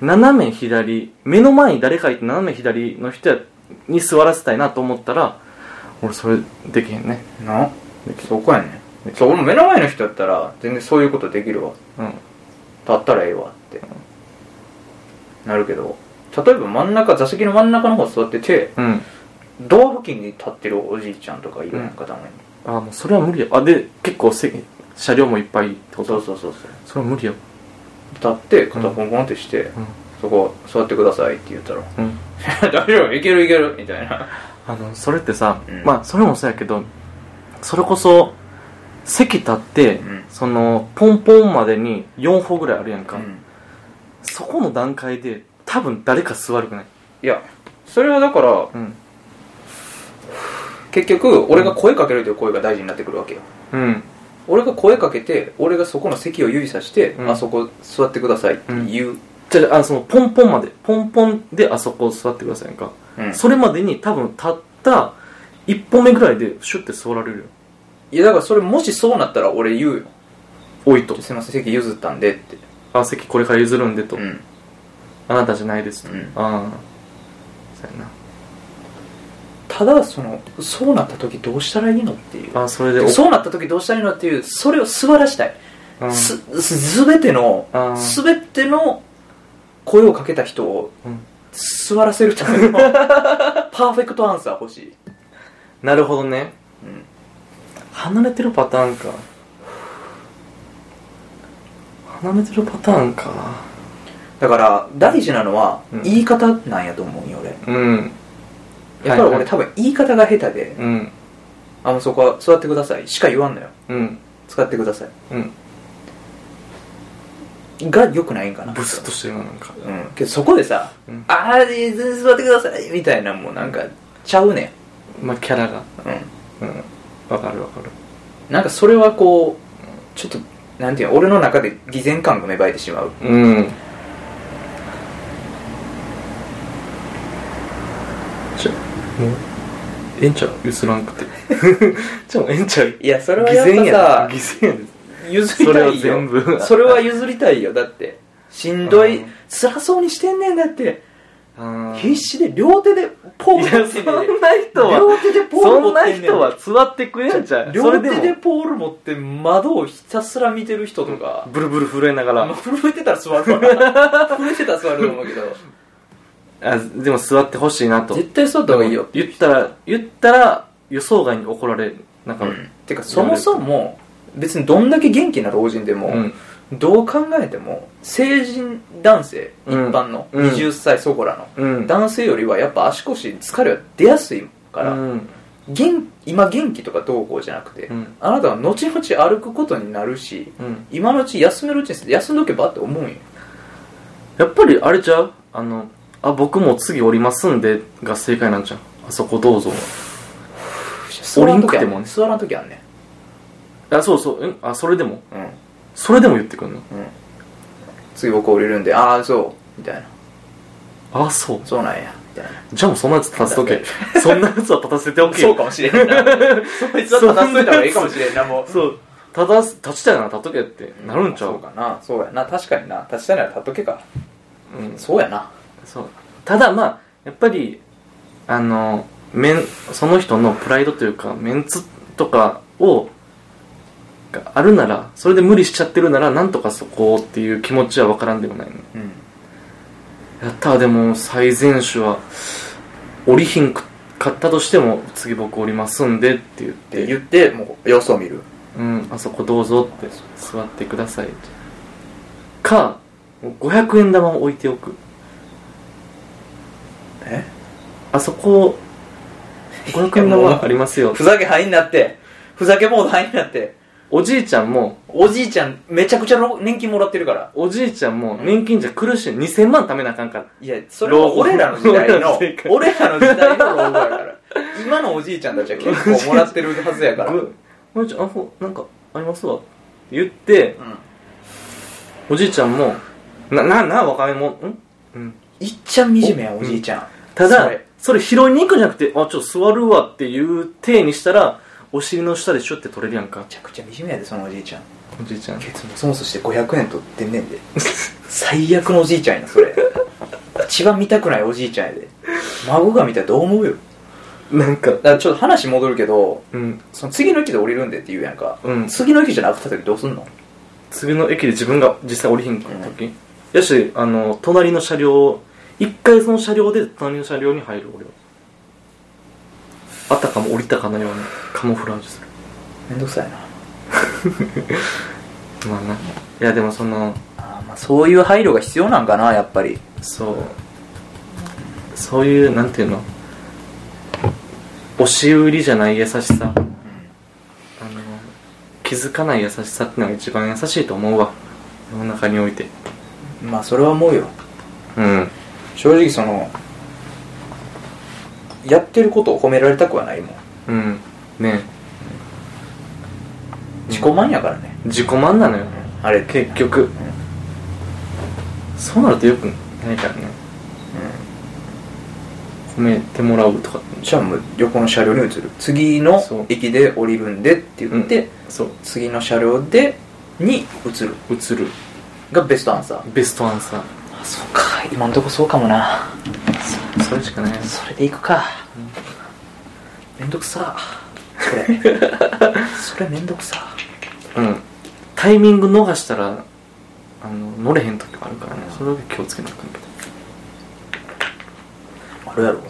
B: 斜め左目の前に誰かいて斜め左の人やに座らせたいなと思ったら俺それできへんね
C: なそこやねんそう俺も目の前の人やったら全然そういうことできるわ
B: うん
C: 立ったらええわってなるけど例えば真ん中座席の真ん中の方座ってて
B: うん
C: ドア付近に立ってるおじいちゃんとかいるやんかたまに
B: あもうそれは無理やあで結構せ車両もいっぱいってこ
C: そう
B: と
C: そうそうそう
B: それは無理や
C: 立って肩ポンポンってして、
B: ん
C: そこ座ってくださいって言ったら
B: うん
C: 大丈夫いけるいけるみたいな
B: あのそれってさ、
C: うん
B: まあそれもそうやけどそれこそ席立って、
C: ん
B: そのポンポンまでに4歩ぐらいあるやんか、
C: うん
B: そこの段階で多分誰か座るくない
C: いやそれはだから
B: うん
C: 結局俺が声かけるという声が大事になってくるわけよ
B: うん
C: 俺が声かけて俺がそこの席を指さして、
B: うん
C: あそこ座ってくださいって言う、
B: じゃああのそのポンポンまでポンポンであそこ座ってくださいやんか、
C: うん
B: それまでに多分立った1歩目ぐらいでシュッて座られるよ
C: いやだからそれもしそうなったら俺言うよ
B: 多いと
C: すいません席譲ったんでって
B: あ席これから譲るんでと、
C: うん
B: あなたじゃないですと、
C: うん
B: ああそうや
C: ただそのそうなった時どうしたらいいのっていう
B: なあそれで
C: で
B: お
C: そうなった時どうしたらいいのっていうそれを座らしたい、
B: うん
C: すす全ての
B: あー
C: 全ての声をかけた人を
B: うん
C: 座らせるため のパーフェクトアンサー欲しい、
B: なるほどね
C: うん
B: 離れてるパターンか離れてるパターンか
C: だから大事なのは
B: うん
C: 言い方なんやと思うよ俺
B: うん
C: やっぱり
B: はいは
C: 俺
B: い
C: 多分言い方が下手で
B: うん
C: 「あもうそこは座ってください」しか言わんのよ
B: うん
C: 使ってくださ
B: うん
C: いが良くないんかな
B: ブスッとしてるななんか
C: うんけどそこでさ「
B: うん
C: ああ全然座ってください」みたいなもうなんかちゃうね
B: まあキャラが
C: んうん
B: うんわかるわかる
C: なんかそれはこうちょっとなんていうの俺の中で偽善感が芽生えてしまう
B: うんじゃもうええんちゃう譲らんくてじゃあもうええ んちゃう
C: いやそれは
B: 偽
C: やっ
B: 善や
C: ぱさ
B: な偽善やで
C: 譲りたいよ
B: それは全部
C: それは譲りたいよだってしんどい
B: うん
C: 辛そうにしてんねんだって
B: あ
C: 必死で両手でポール
B: いや
C: 持っ
B: そ
C: て
B: ん
C: んねんで
B: な人は
C: 両手でポール
B: そ
C: 持
B: ん
C: っ
B: な
C: てんねんで
B: 人は座ってくれんじゃんそ
C: 両
B: れで
C: 手で
B: も
C: ポール持って窓をひたすら見てる人とか、
B: ブルブル震えなが
C: あの
B: ら
C: 震えてたら座るわな震えてたら座ると思 うけど
B: あでも座ってほしいなと
C: 絶対座った方がいいよ
B: 言ったら言ったら予想外に怒られるなんか
C: てかそもそも別にどんだけ元気な老人でも、
B: うん
C: どう考えても成人男性一
B: うん
C: 般の
B: うん
C: 20歳そこらの
B: うん
C: 男性よりはやっぱ足腰に疲れは出やすいから、
B: うん
C: 元今元気とかどうこうじゃなくて、
B: うん
C: あなたは後々歩くことになるし
B: うん
C: 今のうち休めるうちに休んどけばって思うんよ
B: やっぱりあれちゃうあのあ僕も次降りますんでが正解なんちゃうあそこどうぞ
C: 座らんとき
B: 降りんく
C: は
B: てもね
C: 座らんときはね
B: あそうそうえあそれでも
C: うん
B: それでも言ってくんの
C: 次僕降りるんでああそうみたいな
B: あそう
C: そうなんやみたいな
B: じゃあもうそんなやつ立たせとけ そんなやつは立たせておけ
C: そうかもしれんな そいつは立たせといた方がいいかもしれんなもう
B: そう立たす立ちたいなら立っとけってなるんちゃ
C: そう
B: う
C: かなそうやな確かにな立ちたいなら立っとけか
B: うん
C: そうやな
B: そうただまあやっぱりあのメンその人のプライドというかメンツとかをがあるならそれで無理しちゃってるならなんとかそこをっていう気持ちは分からんでもないね
C: うん
B: やったーでも最善手は降りひんかったとしても次僕降りますんでって言っ
C: って
B: て
C: 言ってもう様子を見る
B: うん、あそこどうぞって座ってくださいか500円玉を置いておく
C: え
B: あそこ500円
C: いやも
B: 玉
C: う
B: ありますよ
C: ふざけ範囲になってふざけモード範囲になって
B: おじいちゃんも
C: おじいちゃんめちゃくちゃろ年金もらってるから
B: おじいちゃんも年金じゃ苦しい2000万貯めなあかんから
C: いやそれは俺らの時代 の俺らの時代の老後やから今のおじいちゃん たちは結構もらってるはずやからうん
B: ぐおじいちゃんあほなんかありますわって言っておじいちゃんもななな若いもんんうん
C: いっちゃん惨めやおじいちゃん
B: た
C: そ
B: だ
C: れ
B: それ拾いに行くんじゃなくてあちょっと座るわっていう体にしたらお尻の下でシュッて取れるやんか
C: めちゃくちゃ惨めやでそのおじいちゃん
B: おじいちゃん
C: ケツもそもそして500円取ってんねんで最悪のおじいちゃんやなそれ一番見たくないおじいちゃんやで孫が見たらどう思うよ
B: なんか
C: だからちょっと話戻るけど
B: うん
C: その次の駅で降りるんでって言うやんか、
B: うん
C: 次の駅じゃなくた時どうすんの
B: 次の駅で自分が実際降りひんかった時、やしあの隣の車両一回その車両で隣の車両に入る俺はあたかも降りたかのようにカモフラージュす
C: めんどくさいな
B: るまあないやでもその
C: あーまあそういう配慮が必要なんかなやっぱり
B: そうそういうなんていうの押し売りじゃない優しさあの気づかない優しさってのが一番優しいと思うわ世の中において
C: まあそれは思うよ
B: うん
C: 正直そのやってることを褒められたくはないもん
B: うんね
C: 自己満やからね、
B: え自己満なのよ
C: あれ
B: 結局そうなるとよくないからね褒めてもらうとか
C: じゃあもう横の車両に移る次の
B: そう
C: 駅で降りるんでって言って、
B: うんそう
C: 次の車両でに移る
B: 映る
C: がベストアンサー
B: ベストアンサ
C: あそうか今んとこそうかもな
B: ーそれしかない
C: それでいくか、めんどくさそれ それめんどくさ
B: うんタイミング逃したらあの乗れへん時もあるからねそれだけ気をつけなきゃ
C: あ
B: い
C: るやろ、
B: うん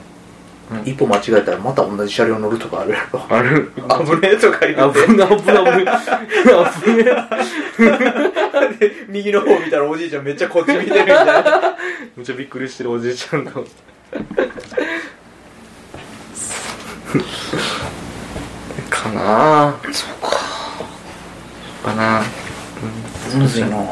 C: 一歩間違えたらまた同じ車両乗るとかあるやろ
B: けないある
C: 危ねえとか言って
B: 危ない危ない危ない危ない
C: 右の方見たらおじいちゃんめっちゃこっち見てるみたい な
B: めっちゃびっくりしてるおじいちゃんが かなあ
C: そうか
B: かなあ
C: むずいなは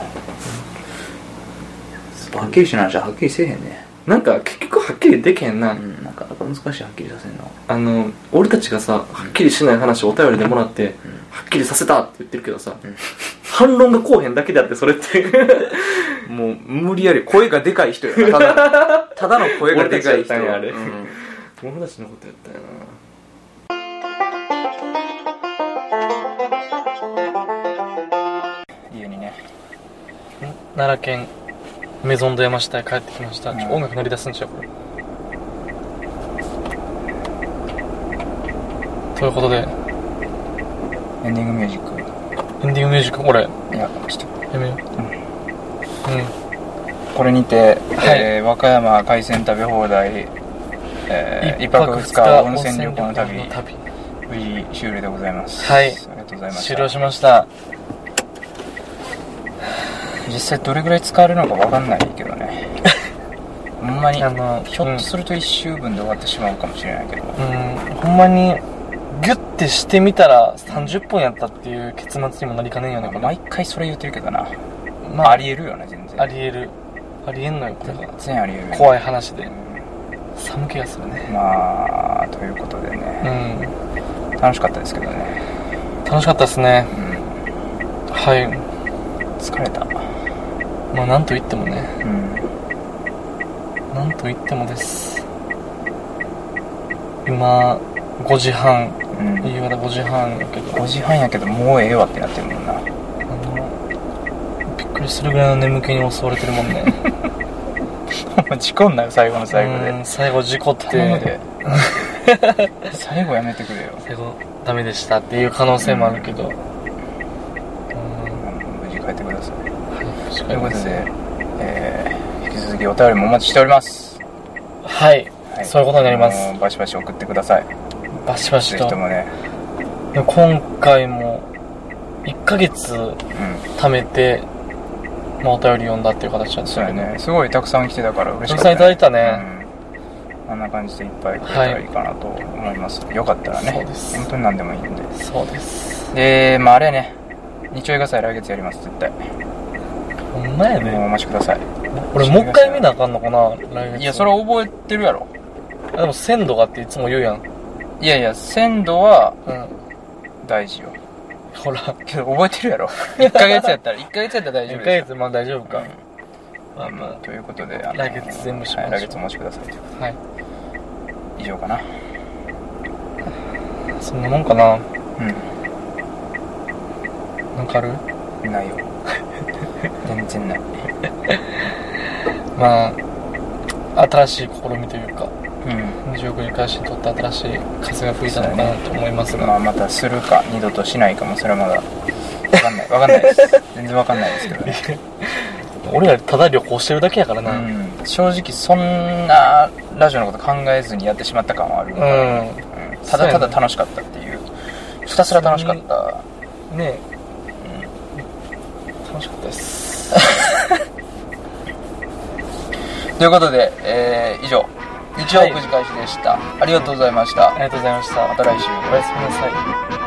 C: っきりしないじゃはっきりせえへんね
B: なんか結局はっきりできへんな、
C: うんなかなか難しいはっきりさせんの
B: あの俺たちがさはっきりしない話をお便りでもらって、はっきりさせたって言ってるけどさ、反論がこうへんだけであって それってもう
C: 無理やり声がでかい人やなた だのただの声がでかい
B: 俺た
C: 人
B: ちやったんやあれ
C: うん
B: 友達のことやったよな家にね奈良県メゾンド山下へ帰ってきました、ちょ音楽鳴り出すんちゃうこれということで
C: エンディングミュージッ
B: エンディングミュージックこれや
C: クいやちょっと
B: めよううん、
C: これにて、
B: はい
C: えー和歌山海鮮食べ放題、えー、一泊二日温泉旅行の旅無事終了でございます
B: はい
C: ありがとうございました
B: 終了しました
C: 実際どれぐらい使われるのか分かんないけどねほんまに
A: あの
C: ひょっとすると1週分で終わってしまうかもしれないけど、
A: うんほんまにギュッてしてみたら30分やったっていう結末にもなりかねんよね
C: なんか
A: これ
C: 毎回それ言ってるけどな、ま
A: ま
C: あ、
A: あ
C: あ
A: あり
C: りえるよね全然
A: ありえるありえんのよこれが
C: 全然ありえるよね
A: 怖い話で寒気がするね
C: まあということでね
A: うん
C: 楽しかったですけどね、
A: 楽しかったですね
C: うん、
A: はい
C: 疲れた
A: まあなんと言ってもね
C: うん
A: なんと言ってもです今5時半
C: うん
A: 夕方5時半やけど
C: 5時半やけどもうええわってなってるもんな
A: あのびっくりするぐらいの眠気に襲われてるもんね
C: 事故んなよ最後の最後
A: う
C: で
A: ん最後事故って
C: 頼むで 最後やめてくれよ
A: 最後ダメでしたっていう可能性もあるけど、うん、
C: あの無事帰ってください
A: は
C: と
A: い
C: いうことで、えー、引き続きお便りもお待ちしております、
A: はい
C: は
A: そういうことになります
C: あのバシバシ送ってください
A: バシバシ
C: ぜ
A: と
C: ひともね
A: でも今回も1ヶ月
C: うん
A: 貯めて、まあ、お便り読んだっていう形なんです
C: そう
A: よ
C: や
A: ね
C: ねすごいたくさん来てたから嬉しか
A: た
C: った
A: くさんいただいた
C: た
A: ね、
C: うん、あんな感じでいっぱいくれたらいいかなと思います、よかったらね
A: そうです
C: 本当に何でもいいんで
A: そうです
C: でまああれやね日曜映画祭来月やります絶対
A: ほんまや
C: もうお
A: ね
C: 待ちください
A: 俺もう一回見なあかんのかな来月
C: いやそれ覚えてるやろ
A: あでも鮮度がっていつも言うやん
C: いやいや鮮度は
A: うん
C: 大事よ
A: ほら
C: けど覚えてるや ろ1ヶ月やったら1ヶ月やったら大丈
A: 1
C: 夫
A: ヶ
C: です
A: 月まあ大丈夫か、まあ
C: うん
A: まあ
C: ということであの
A: 来月全部しましょう
C: はい来月お待ちくださいというこ
A: はい
C: とで以上かな
A: そんなもんかななんかある
C: うんない よ全然ない
A: まあ新しい試みというか
C: うん
A: 29日開始にとって新しい風が吹いたのかなと思いますが、
C: まあまたするか二度としないかもそれはまだ分かんない分かんないです 全然分かんないですけどね
A: 俺らただ旅行してるだけやからなうん、
C: うん正直そんなラジオのこと考えずにやってしまった感はある、うんただただ楽しかったっていうひたすら楽しかった
A: ねえ、楽しかったです
C: ということで、えー以上日曜
A: はい
C: 9時開始でした、ありがとうございました
A: ありがとうございました
C: また来週
A: おやすみなさい